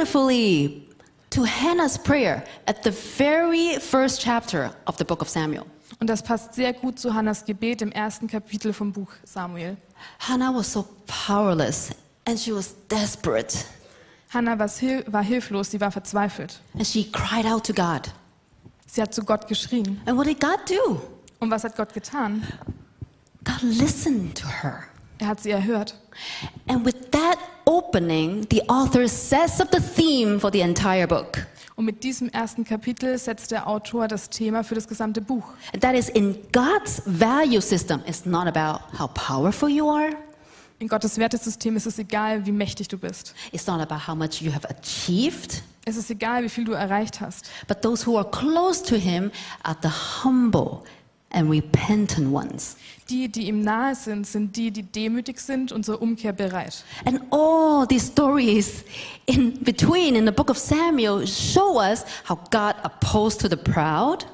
Speaker 2: beautifully to Hannah's prayer at the very first chapter of the book of Samuel.
Speaker 3: Und das passt sehr gut zu Hannas Gebet im ersten Kapitel vom Buch Samuel.
Speaker 2: Hannah was so powerless and she was desperate.
Speaker 3: Hannah war, hil war hilflos, sie war verzweifelt.
Speaker 2: And she cried out to God.
Speaker 3: Sie hat zu Gott geschrien.
Speaker 2: And what did God do?
Speaker 3: Und was hat Gott getan?
Speaker 2: God listened to her.
Speaker 3: Er hat sie erhört.
Speaker 2: And with that opening, the author sets up the theme for the entire book.
Speaker 3: Und mit diesem ersten Kapitel setzt der Autor das Thema für das gesamte Buch.
Speaker 2: And that is in God's value system. It's not about how powerful you are,
Speaker 3: In Gottes Wertesystem ist es egal, wie mächtig du bist.
Speaker 2: it's not about how much you have achieved,
Speaker 3: Es ist egal, wie viel du erreicht hast.
Speaker 2: but those who are close to Him are the humble and repentant ones.
Speaker 3: Die, die ihm nahe sind, sind die, die demütig sind und zur Umkehr bereit.
Speaker 2: And all these stories in between in the book of Samuel show us how God opposed to the proud,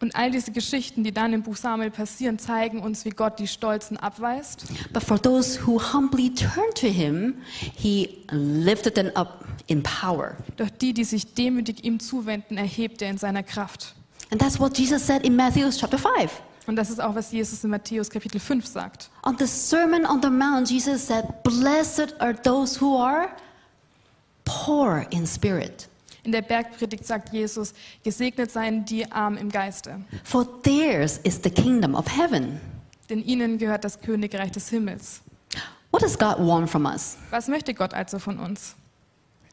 Speaker 3: Und all diese Geschichten, die dann im Buch Samuel passieren, zeigen uns, wie Gott die Stolzen abweist.
Speaker 2: but for those who humbly turn to Him, He lifted them up in power.
Speaker 3: Doch die, die sich demütig ihm zuwenden, erhebt er in seiner Kraft.
Speaker 2: And that's what Jesus said in Matthew chapter 5.
Speaker 3: Und das ist auch, was Jesus in Matthäus Kapitel 5 sagt.
Speaker 2: On the Sermon on the Mount, Jesus said, Blessed are those who are poor in spirit,
Speaker 3: In der Bergpredigt sagt Jesus, gesegnet seien die Armen im Geiste,
Speaker 2: for theirs is the kingdom of heaven.
Speaker 3: denn ihnen gehört das Königreich des Himmels.
Speaker 2: What does God want from us?
Speaker 3: Was möchte Gott also von uns?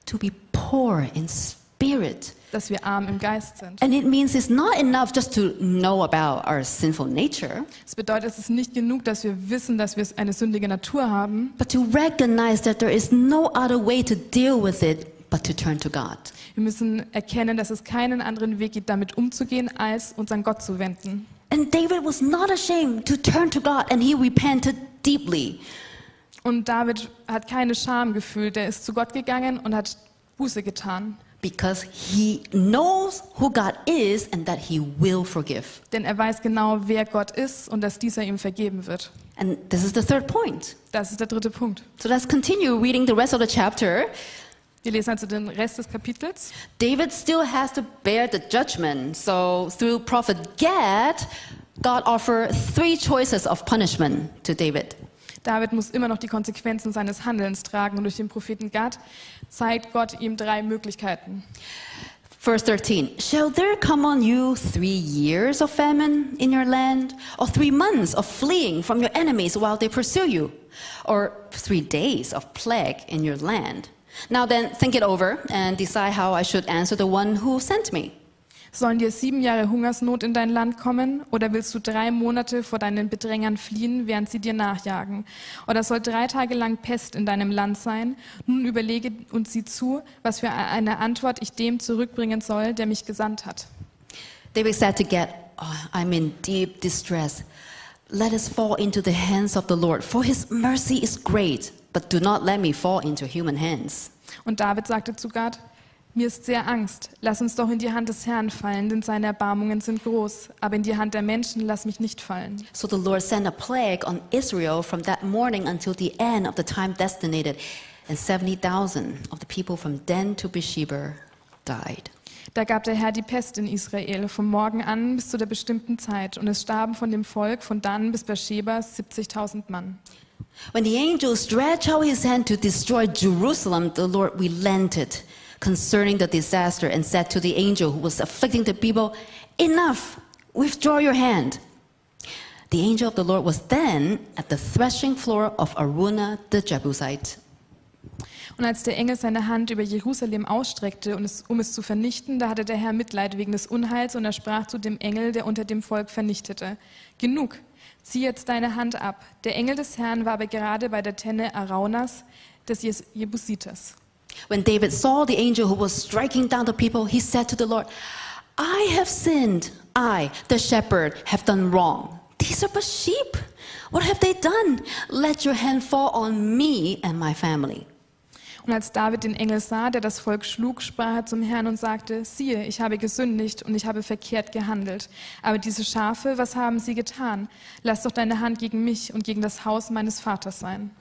Speaker 2: To be poor in spirit.
Speaker 3: Dass wir arm im Geist sind.
Speaker 2: And it means it's not enough just to know about our sinful nature,
Speaker 3: Das bedeutet, es ist nicht genug, dass wir wissen, dass wir eine sündige Natur haben.
Speaker 2: but to recognize that there is no other way to deal with it but to turn to God.
Speaker 3: Wir müssen erkennen, dass es keinen anderen Weg gibt, damit umzugehen, als uns an Gott zu wenden.
Speaker 2: And David was not ashamed to turn to God, and he repented deeply.
Speaker 3: Und David hat keine Scham gefühlt. Er ist zu Gott gegangen und hat Buße getan.
Speaker 2: Because he knows who God is and that he will forgive.
Speaker 3: Denn er weiß genau, wer Gott ist und dass dieser ihm vergeben wird.
Speaker 2: And this is the third point.
Speaker 3: Das ist der dritte Punkt.
Speaker 2: So let's continue reading the rest of the chapter.
Speaker 3: Wir lesen also den Rest des Kapitels.
Speaker 2: David still has to bear the judgment. So through prophet Gad, God offered three choices of punishment to David.
Speaker 3: David muss immer noch die Konsequenzen seines Handelns tragen und durch den Propheten Gad zeigt Gott ihm drei Möglichkeiten.
Speaker 2: Verse 13 Shall there come on you three years of famine in your land, or three months of fleeing from your enemies while they pursue you, or three days of plague in your land? Now then, think it over and decide how I should answer the one who sent me.
Speaker 3: Sollen dir sieben Jahre Hungersnot in dein Land kommen? Oder willst du drei Monate vor deinen Bedrängern fliehen, während sie dir nachjagen? Oder soll drei Tage lang Pest in deinem Land sein? Nun überlege und sieh zu, was für eine Antwort ich dem zurückbringen soll, der mich gesandt hat.
Speaker 2: David said to Gad, "Oh, I'm in deep distress. Let us fall into the hands of the Lord, for his mercy is great, but do not let me fall into human hands.
Speaker 3: Und David sagte zu Gad, mir ist sehr Angst, lass uns doch in die Hand des Herrn fallen, denn seine Erbarmungen sind groß, aber in die Hand der Menschen lass mich nicht fallen.
Speaker 2: So the Lord sent a plague on Israel from that morning until the end of the time designated, and 70,000 of the people from Dan to Beersheba died.
Speaker 3: Da gab der Herr die Pest in Israel vom Morgen an bis zu der bestimmten Zeit, und es starben von dem Volk von Dan bis Beersheba 70.000 Mann.
Speaker 2: When the angel stretched out his hand to destroy Jerusalem, the Lord relented concerning the disaster and said to the angel who was afflicting the people, Enough! Withdraw your hand. The angel of the Lord was then at the threshing floor of Aruna the Jebusite.
Speaker 3: Und als der Engel seine Hand über Jerusalem ausstreckte, und es, um es zu vernichten, da hatte der Herr Mitleid wegen des Unheils, und er sprach zu dem Engel, der unter dem Volk vernichtete, Genug, zieh jetzt deine Hand ab. Der Engel des Herrn war aber gerade bei der Tenne Araunas, des Jes- Jebusiters.
Speaker 2: When David saw the angel who was striking down the people, he said to the Lord, I have sinned. I, the shepherd, have done wrong. These are but sheep. What have they done? Let your hand fall on me and my family.
Speaker 3: Und als David den Engel sah, der das Volk schlug, sprach er zum Herrn und sagte, siehe, ich habe gesündigt und ich habe verkehrt gehandelt. Aber diese Schafe, was haben sie getan? Lass doch deine Hand gegen mich und gegen das Haus meines Vaters sein.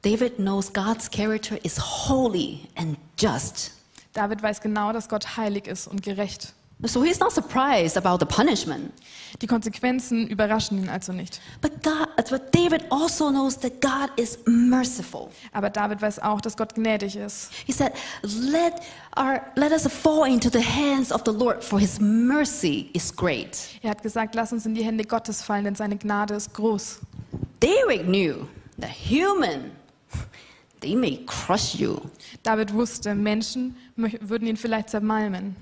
Speaker 2: David knows God's character is holy and just.
Speaker 3: David weiß genau, dass Gott heilig ist und gerecht.
Speaker 2: So he's not surprised about the punishment.
Speaker 3: Die Konsequenzen überraschen ihn also nicht.
Speaker 2: But, God, but David also knows that God is merciful.
Speaker 3: Aber David weiß auch, dass Gott gnädig ist.
Speaker 2: He said, let, our, let us fall into the hands of the Lord, for his mercy is great.
Speaker 3: Er hat gesagt, lass uns in die Hände Gottes fallen, denn seine Gnade ist groß.
Speaker 2: David knew that human, [LAUGHS] they may crush you,
Speaker 3: David wusste, Menschen mö- würden ihn vielleicht zermalmen.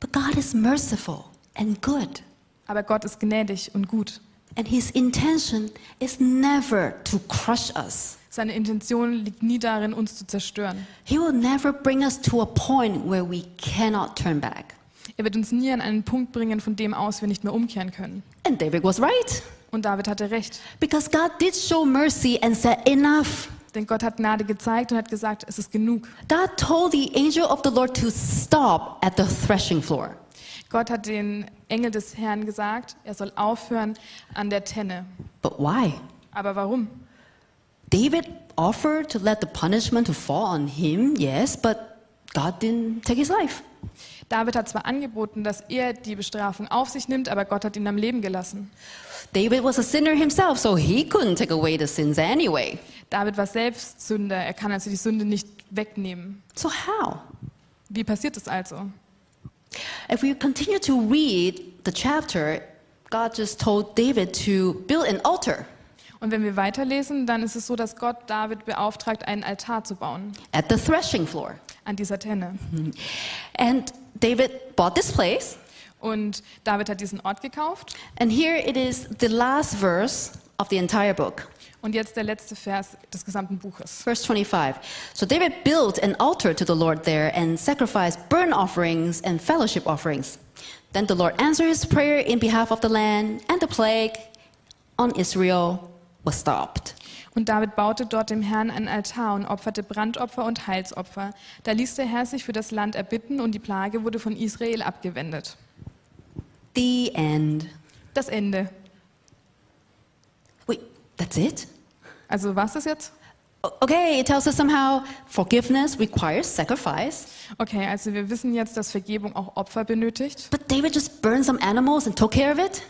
Speaker 2: but God is merciful and good.
Speaker 3: Aber Gott ist gnädig und gut.
Speaker 2: And his intention is never to crush us.
Speaker 3: Seine Intention liegt nie darin, uns zu zerstören.
Speaker 2: He will never bring us to a point where we cannot turn back.
Speaker 3: Er wird uns nie an einen Punkt bringen, von dem aus wir nicht mehr umkehren können.
Speaker 2: And David was right,
Speaker 3: Und David hatte recht,
Speaker 2: because God did show mercy and said, Enough.
Speaker 3: denn Gott hat Gnade gezeigt und hat gesagt, es ist genug.
Speaker 2: God told the angel of the Lord to stop at the threshing floor.
Speaker 3: Gott hat den Engel des Herrn gesagt, er soll aufhören an der Tenne.
Speaker 2: But why?
Speaker 3: Aber warum?
Speaker 2: David offered to let the punishment to fall on him, yes, but God didn't take his life.
Speaker 3: David hat zwar angeboten, dass er die Bestrafung auf sich nimmt, aber Gott hat ihn am Leben gelassen.
Speaker 2: David was a sinner himself, so he couldn't take away the sins anyway.
Speaker 3: David war selbst Sünder, er kann also die Sünde nicht wegnehmen.
Speaker 2: So how?
Speaker 3: Wie passiert es also?
Speaker 2: If we continue to read the chapter, God just told David to build an altar
Speaker 3: Und wenn wir weiterlesen, dann ist es so, dass Gott David beauftragt, einen Altar zu bauen
Speaker 2: at the threshing floor.
Speaker 3: an dieser Tenne.
Speaker 2: And David bought this place.
Speaker 3: Und David hat diesen Ort gekauft.
Speaker 2: And here it is the last verse of the entire book.
Speaker 3: Und jetzt der letzte Vers des gesamten Buches.
Speaker 2: Verse 25. So David built an altar to the Lord there and sacrificed burnt offerings and fellowship offerings. Then the Lord answered his prayer in behalf of the land, and the plague on Israel was stopped.
Speaker 3: Und David baute dort dem Herrn einen Altar und opferte Brandopfer und Heilsopfer. Da ließ der Herr sich für das Land erbitten und die Plage wurde von Israel abgewendet.
Speaker 2: The end.
Speaker 3: Das Ende.
Speaker 2: Wait, that's it?
Speaker 3: Also was ist jetzt?
Speaker 2: O- Okay, it tells us somehow forgiveness requires sacrifice,
Speaker 3: Okay, also wir wissen jetzt, dass Vergebung auch Opfer benötigt.
Speaker 2: but David just burned some animals and took care of it.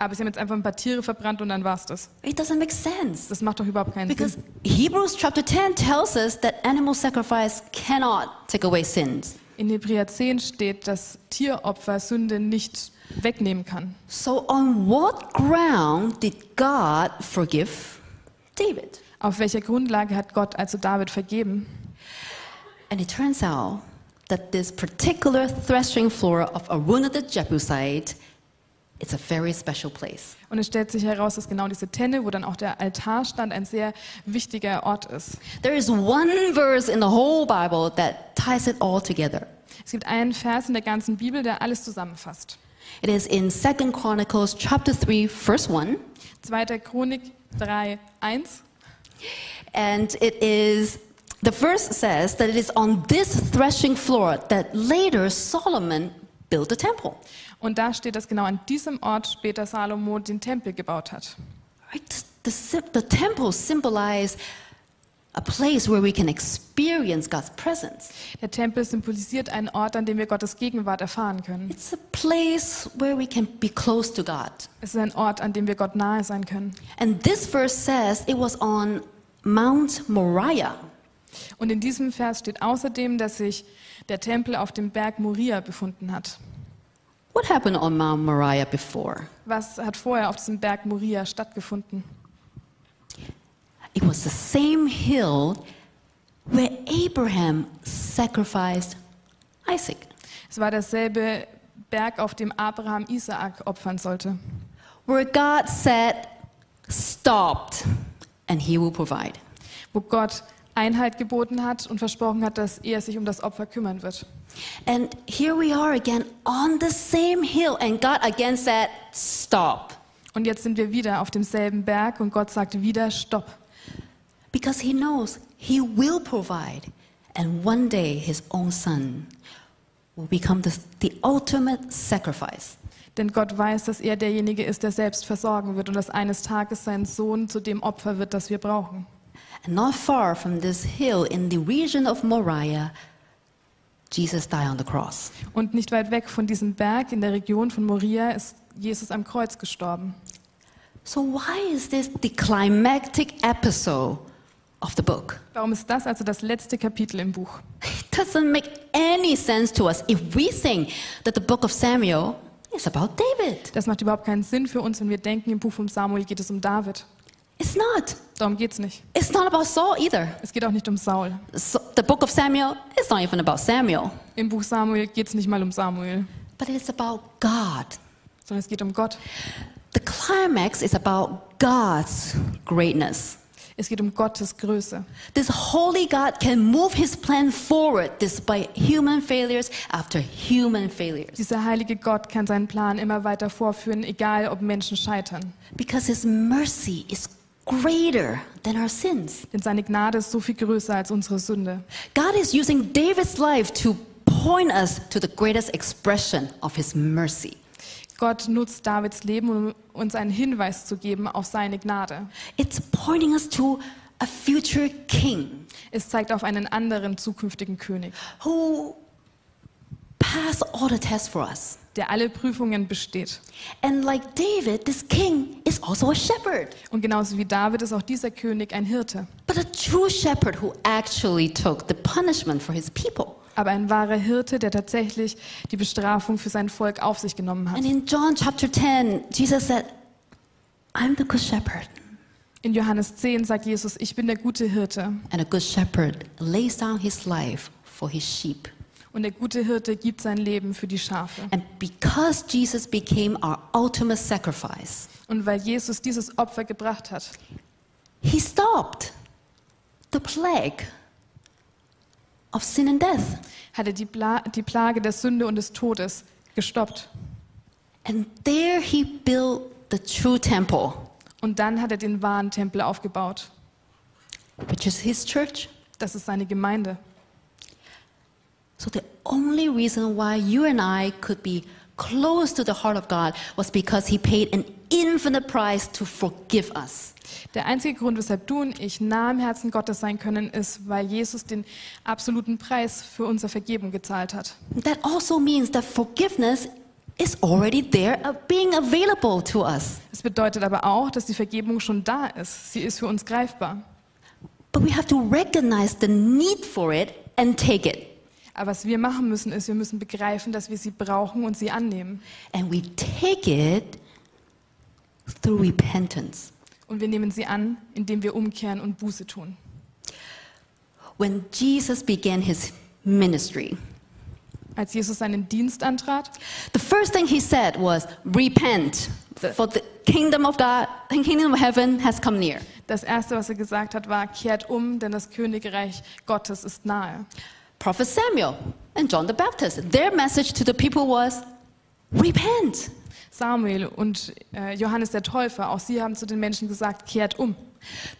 Speaker 3: Aber sie haben jetzt einfach ein paar Tiere verbrannt und dann war's das.
Speaker 2: It doesn't make sense.
Speaker 3: Das macht doch überhaupt keinen
Speaker 2: Because
Speaker 3: Sinn.
Speaker 2: Hebrews chapter 10 tells us that animal sacrifice cannot take away sins.
Speaker 3: In Hebräer 10 steht, dass Tieropfer Sünde nicht wegnehmen kann.
Speaker 2: So, on what ground did God forgive David?
Speaker 3: Auf welcher Grundlage hat Gott also David vergeben?
Speaker 2: And it turns out that this particular threshing floor of Aruna the Jebusite it's a very special place.
Speaker 3: Und es stellt sich heraus, dass genau diese Tenne, wo dann auch der Altar stand, ein sehr wichtiger Ort ist.
Speaker 2: There is one verse in the whole Bible that ties it all together.
Speaker 3: Es gibt einen Vers in der ganzen Bibel, der alles zusammenfasst.
Speaker 2: It is in 2 Chronicles chapter 3 verse 1
Speaker 3: 2. Chronik 3, 1.
Speaker 2: and it is the verse says that it is on this threshing floor that later Solomon built the temple.
Speaker 3: Und da steht, dass genau an diesem Ort später Salomo den Tempel gebaut hat.
Speaker 2: Right? The, sym- the temple symbolizes a place where we can experience God's presence.
Speaker 3: Der Tempel symbolisiert einen Ort, an dem wir Gottes Gegenwart erfahren können.
Speaker 2: It's a place where we can be close to God.
Speaker 3: Es ist ein Ort, an dem wir Gott nahe sein können.
Speaker 2: And this verse says it was on Mount Moriah.
Speaker 3: Und in diesem Vers steht außerdem, dass sich der Tempel auf dem Berg Moria befunden hat.
Speaker 2: What happened on Mount Moriah before?
Speaker 3: Was hat vorher auf diesem Berg Moria stattgefunden?
Speaker 2: It was the same hill where Abraham sacrificed Isaac.
Speaker 3: Es war derselbe Berg, auf dem Abraham Isaak opfern sollte,
Speaker 2: Where God said, stopped, and he will provide.
Speaker 3: wo Gott Einheit geboten hat und versprochen hat, dass er sich um das Opfer kümmern wird.
Speaker 2: And here we are again on the same hill, and God again said, Stop.
Speaker 3: Und jetzt sind wir wieder auf demselben Berg und Gott sagt wieder Stopp,
Speaker 2: Because He knows He will provide, and one day His own Son will become the, the ultimate sacrifice.
Speaker 3: denn Gott weiß, dass er derjenige ist, der selbst versorgen wird und dass eines Tages sein Sohn zu dem Opfer wird, das wir brauchen.
Speaker 2: And not far from this hill, in the region of Moriah, Jesus died on the cross.
Speaker 3: Und nicht weit weg von diesem Berg in der Region von Moria ist Jesus am Kreuz gestorben.
Speaker 2: So, why is this the climactic episode of the book?
Speaker 3: Warum ist das also das letzte Kapitel im Buch?
Speaker 2: It doesn't make any sense to us if we think that the book of Samuel is about David.
Speaker 3: Das macht überhaupt keinen Sinn für uns, wenn wir denken, im Buch von Samuel geht es um David.
Speaker 2: It's not.
Speaker 3: Darum geht's nicht.
Speaker 2: It's not about Saul either.
Speaker 3: Es geht auch nicht um Saul.
Speaker 2: So, the book of Samuel is not even about Samuel,
Speaker 3: Im Buch Samuel geht's nicht mal um Samuel,
Speaker 2: but it's about God.
Speaker 3: sondern es geht um Gott.
Speaker 2: The climax is about God's greatness.
Speaker 3: Es geht um Gottes Größe.
Speaker 2: This holy God can move his plan forward despite human failures after human failures
Speaker 3: Dieser heilige Gott kann seinen Plan immer weiter vorführen, egal ob Menschen scheitern.
Speaker 2: because his mercy is greater than our sins.
Speaker 3: Denn seine Gnade ist so viel größer als unsere Sünde.
Speaker 2: God is using David's life to point us to the greatest expression of his mercy.
Speaker 3: Gott nutzt Davids Leben, um uns einen Hinweis zu geben auf seine Gnade.
Speaker 2: It's pointing us to a future king
Speaker 3: Es zeigt auf einen anderen zukünftigen König,
Speaker 2: who passed all the tests for us.
Speaker 3: der alle Prüfungen besteht.
Speaker 2: And like David, this king is also a shepherd,
Speaker 3: Und genauso wie David ist auch dieser König ein Hirte,
Speaker 2: but a true shepherd who actually took the punishment for his people.
Speaker 3: aber ein wahrer Hirte, der tatsächlich die Bestrafung für sein Volk auf sich genommen hat.
Speaker 2: And in John chapter 10, Jesus said, I'm the good shepherd,
Speaker 3: In Johannes 10 sagt Jesus, ich bin der gute Hirte
Speaker 2: and a good shepherd lays down his life for his sheep.
Speaker 3: und der gute Hirte gibt sein Leben für die Schafe.
Speaker 2: And because Jesus became our ultimate sacrifice,
Speaker 3: Und weil Jesus dieses Opfer gebracht hat,
Speaker 2: he stopped the plague of sin and death.
Speaker 3: hat er die, Pla die Plage der Sünde und des Todes gestoppt.
Speaker 2: And there he built the true temple,
Speaker 3: Und dann hat er den wahren Tempel aufgebaut.
Speaker 2: which is his church.
Speaker 3: Das ist seine Gemeinde.
Speaker 2: So the only reason why you and I could be close to the heart of God was because he paid an infinite price to forgive us.
Speaker 3: Der einzige Grund, weshalb du und ich nah am Herzen Gottes sein können, ist, weil Jesus den absoluten Preis für unsere Vergebung gezahlt hat.
Speaker 2: That also means that forgiveness is already there, uh, being available to us.
Speaker 3: Es bedeutet aber auch, dass die Vergebung schon da ist. Sie ist für uns greifbar.
Speaker 2: But we have to recognize the need for it and take it.
Speaker 3: Aber was wir machen müssen, ist, wir müssen begreifen, dass wir sie brauchen und sie annehmen.
Speaker 2: And we take it through repentance.
Speaker 3: Und wir nehmen sie an, indem wir umkehren und Buße tun.
Speaker 2: When Jesus began his ministry,
Speaker 3: Als Jesus seinen Dienst antrat,
Speaker 2: the first thing he said was, Repent, for the kingdom of God, the kingdom of heaven has come near.
Speaker 3: das Erste, was er gesagt hat, war, kehrt um, denn das Königreich Gottes ist nahe.
Speaker 2: Prophet Samuel and John the Baptist, their message to the people was, Repent.
Speaker 3: Samuel und äh, Johannes der Täufer, auch sie haben zu den Menschen gesagt, kehrt um.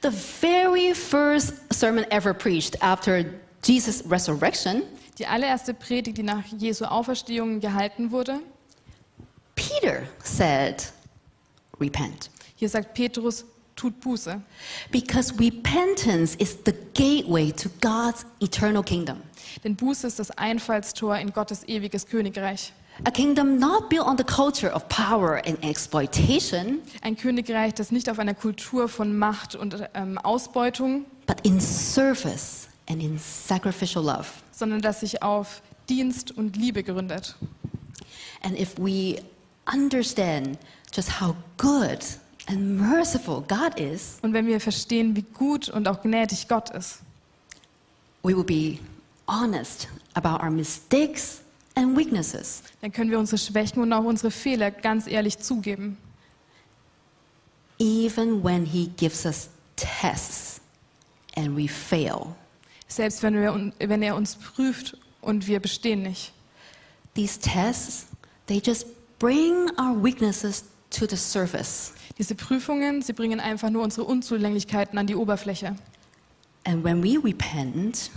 Speaker 2: The very first sermon ever preached after Jesus' resurrection,
Speaker 3: Die allererste Predigt, die nach Jesu Auferstehung gehalten wurde,
Speaker 2: Peter said, Repent.
Speaker 3: hier sagt Petrus, tut Buße.
Speaker 2: Because repentance is the gateway to God's eternal kingdom.
Speaker 3: Denn Buße ist das Einfallstor in Gottes ewiges Königreich.
Speaker 2: A kingdom not built on the culture of power and exploitation,
Speaker 3: Ein Königreich, das nicht auf einer Kultur von Macht und ähm, Ausbeutung,
Speaker 2: but in service and in sacrificial love.
Speaker 3: sondern das sich auf Dienst und Liebe gründet.
Speaker 2: And if we understand just how good and merciful God is,
Speaker 3: Und wenn wir verstehen, wie gut und auch gnädig Gott ist,
Speaker 2: we will be honest about our mistakes and weaknesses.
Speaker 3: dann können wir unsere Schwächen und auch unsere Fehler ganz ehrlich zugeben.
Speaker 2: Even when He gives us tests and we fail,
Speaker 3: Selbst wenn, wir, un- wenn er uns prüft und wir bestehen nicht.
Speaker 2: these tests, they just bring our weaknesses to the surface.
Speaker 3: Diese Prüfungen, sie bringen einfach nur unsere Unzulänglichkeiten an die Oberfläche.
Speaker 2: And when we repent,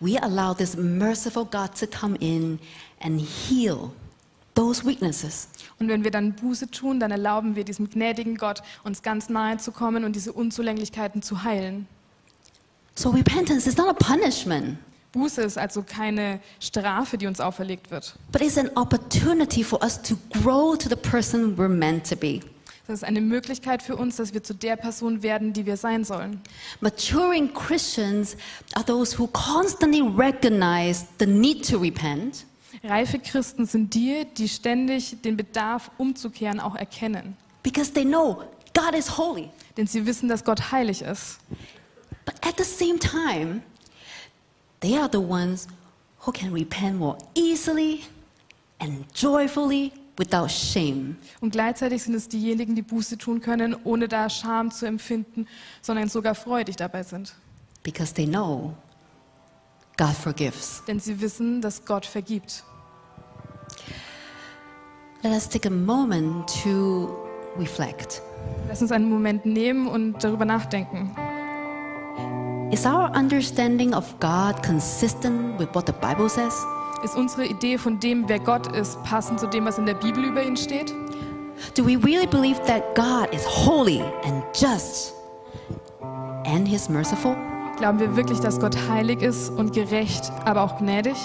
Speaker 2: we allow this merciful God to come in and heal those weaknesses.
Speaker 3: Und wenn wir dann Buße tun, dann erlauben wir diesem gnädigen Gott, uns ganz nahe zu kommen und diese Unzulänglichkeiten zu heilen.
Speaker 2: So repentance is not a punishment,
Speaker 3: Buße ist also keine Strafe, die uns auferlegt wird.
Speaker 2: but it's an opportunity for us to grow to the person we're meant to be.
Speaker 3: Das ist eine Möglichkeit für uns, dass wir zu der Person werden, die wir sein sollen.
Speaker 2: Maturing Christians are those who constantly recognize the need to repent
Speaker 3: Reife Christen sind die, die ständig den Bedarf umzukehren auch erkennen.
Speaker 2: because they know God is holy.
Speaker 3: Denn sie wissen, dass Gott heilig ist.
Speaker 2: But at the same time, they are the ones who can repent more easily and joyfully without shame.
Speaker 3: Und gleichzeitig sind es diejenigen, die Buße tun können, ohne da Scham zu empfinden, sondern sogar freudig dabei sind.
Speaker 2: because they know God forgives.
Speaker 3: Denn sie wissen, dass Gott vergibt.
Speaker 2: Let us take a moment to reflect.
Speaker 3: Lass uns einen Moment nehmen und darüber nachdenken.
Speaker 2: Is our understanding of God consistent with what the Bible says?
Speaker 3: Ist unsere Idee von dem, wer Gott ist, passend zu dem, was in der Bibel über ihn steht?
Speaker 2: Do we really believe that God is holy and just and He's merciful?
Speaker 3: Glauben wir wirklich, dass Gott heilig ist und gerecht, aber auch gnädig?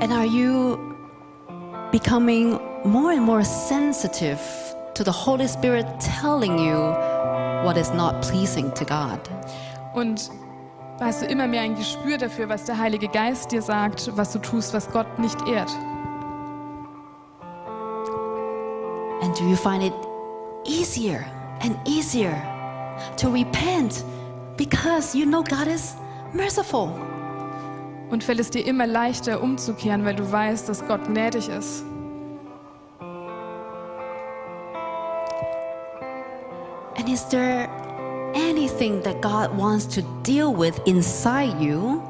Speaker 2: And are you becoming more and more sensitive to the Holy Spirit telling you what is not pleasing to God?
Speaker 3: Und hast du immer mehr ein Gespür dafür, was der Heilige Geist dir sagt, was du tust, was Gott nicht ehrt?
Speaker 2: And do you find it easier and easier to repent because you know God is merciful?
Speaker 3: Und fällt es dir immer leichter umzukehren, weil du weißt, dass Gott gnädig ist?
Speaker 2: And is there anything that God wants to deal with inside you,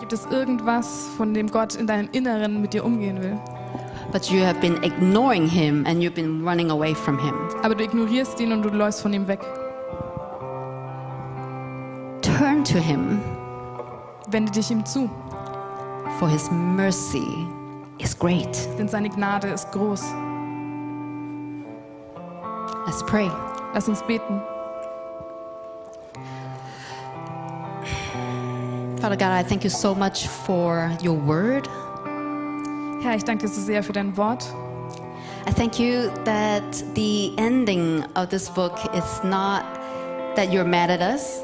Speaker 3: Gibt es irgendwas, von dem Gott in deinem Inneren mit dir umgehen will?
Speaker 2: but you have been ignoring Him and you've been running away from Him?
Speaker 3: Aber du ignorierst ihn und du läufst von ihm weg.
Speaker 2: Turn to Him
Speaker 3: Wende dich ihm zu,
Speaker 2: for His mercy is great.
Speaker 3: denn seine Gnade ist groß.
Speaker 2: Let's pray.
Speaker 3: Lass uns beten.
Speaker 2: Father God, I thank you so much for your word.
Speaker 3: Herr, ich danke dir so sehr für dein Wort.
Speaker 2: I thank you that the ending of this book is not that you're mad at us,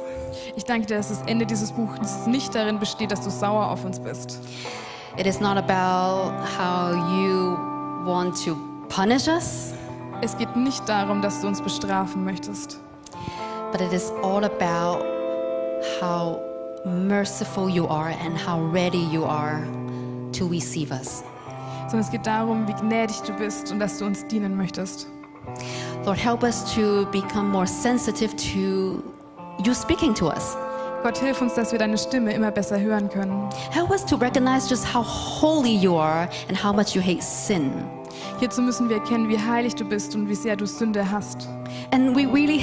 Speaker 3: Ich danke dir, dass das Ende dieses Buches nicht darin besteht, dass du sauer auf uns bist.
Speaker 2: it is not about how you want to punish us,
Speaker 3: Es geht nicht darum, dass du uns bestrafen möchtest,
Speaker 2: but it is all about how merciful you are and how ready you are to receive us.
Speaker 3: sondern es geht darum, wie gnädig du bist und dass du uns dienen möchtest.
Speaker 2: Lord, help us to become more sensitive to you speaking to us.
Speaker 3: Gott, hilf uns, dass wir deine Stimme immer besser hören können.
Speaker 2: Help us to recognize just how holy you are and how much you hate sin.
Speaker 3: Hierzu müssen wir erkennen, wie heilig du bist und wie sehr du Sünde hast.
Speaker 2: And we really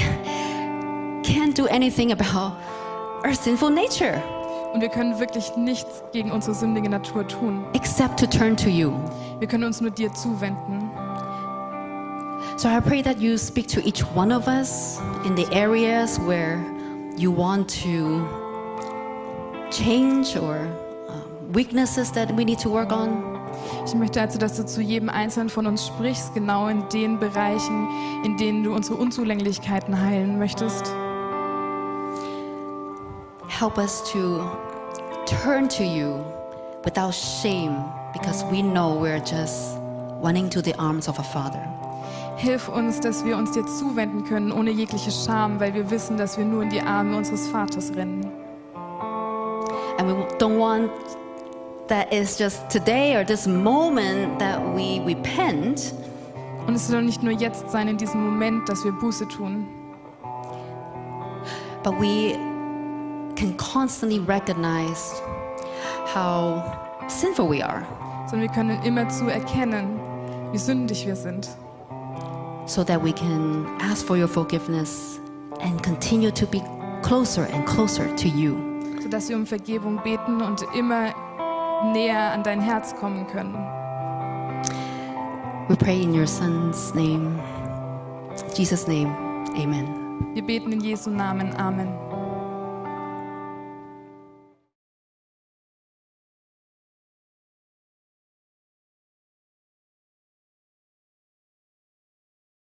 Speaker 2: can't do anything about our sinful nature
Speaker 3: Und wir können wirklich nichts gegen unsere sündige Natur tun.
Speaker 2: except to turn to you.
Speaker 3: Wir können uns nur dir zuwenden.
Speaker 2: So I pray that you speak to each one of us in the areas where you want to change or um, weaknesses that we need to work on.
Speaker 3: Ich möchte also, dass du zu jedem Einzelnen von uns sprichst, genau in den Bereichen, in denen du unsere Unzulänglichkeiten heilen möchtest.
Speaker 2: Help us to turn to you without shame because we know we're just running to the arms of a father.
Speaker 3: Hilf uns, dass wir uns dir zuwenden können, ohne jegliche Scham, weil wir wissen, dass wir nur in die Arme unseres Vaters rennen.
Speaker 2: And we don't want that it's just today or this moment that we repent,
Speaker 3: Und es soll nicht nur jetzt sein, in diesem Moment, dass wir Buße tun,
Speaker 2: but we can constantly recognize how sinful we are
Speaker 3: sondern wir können immerzu erkennen, wie sündig wir sind,
Speaker 2: so that we can ask for your forgiveness and continue to be closer and closer to you.
Speaker 3: sodass wir um Vergebung beten und immer näher an dein Herz kommen können.
Speaker 2: We pray in your son's name, Jesus' name. Amen.
Speaker 3: Wir beten in Jesu Namen. Amen.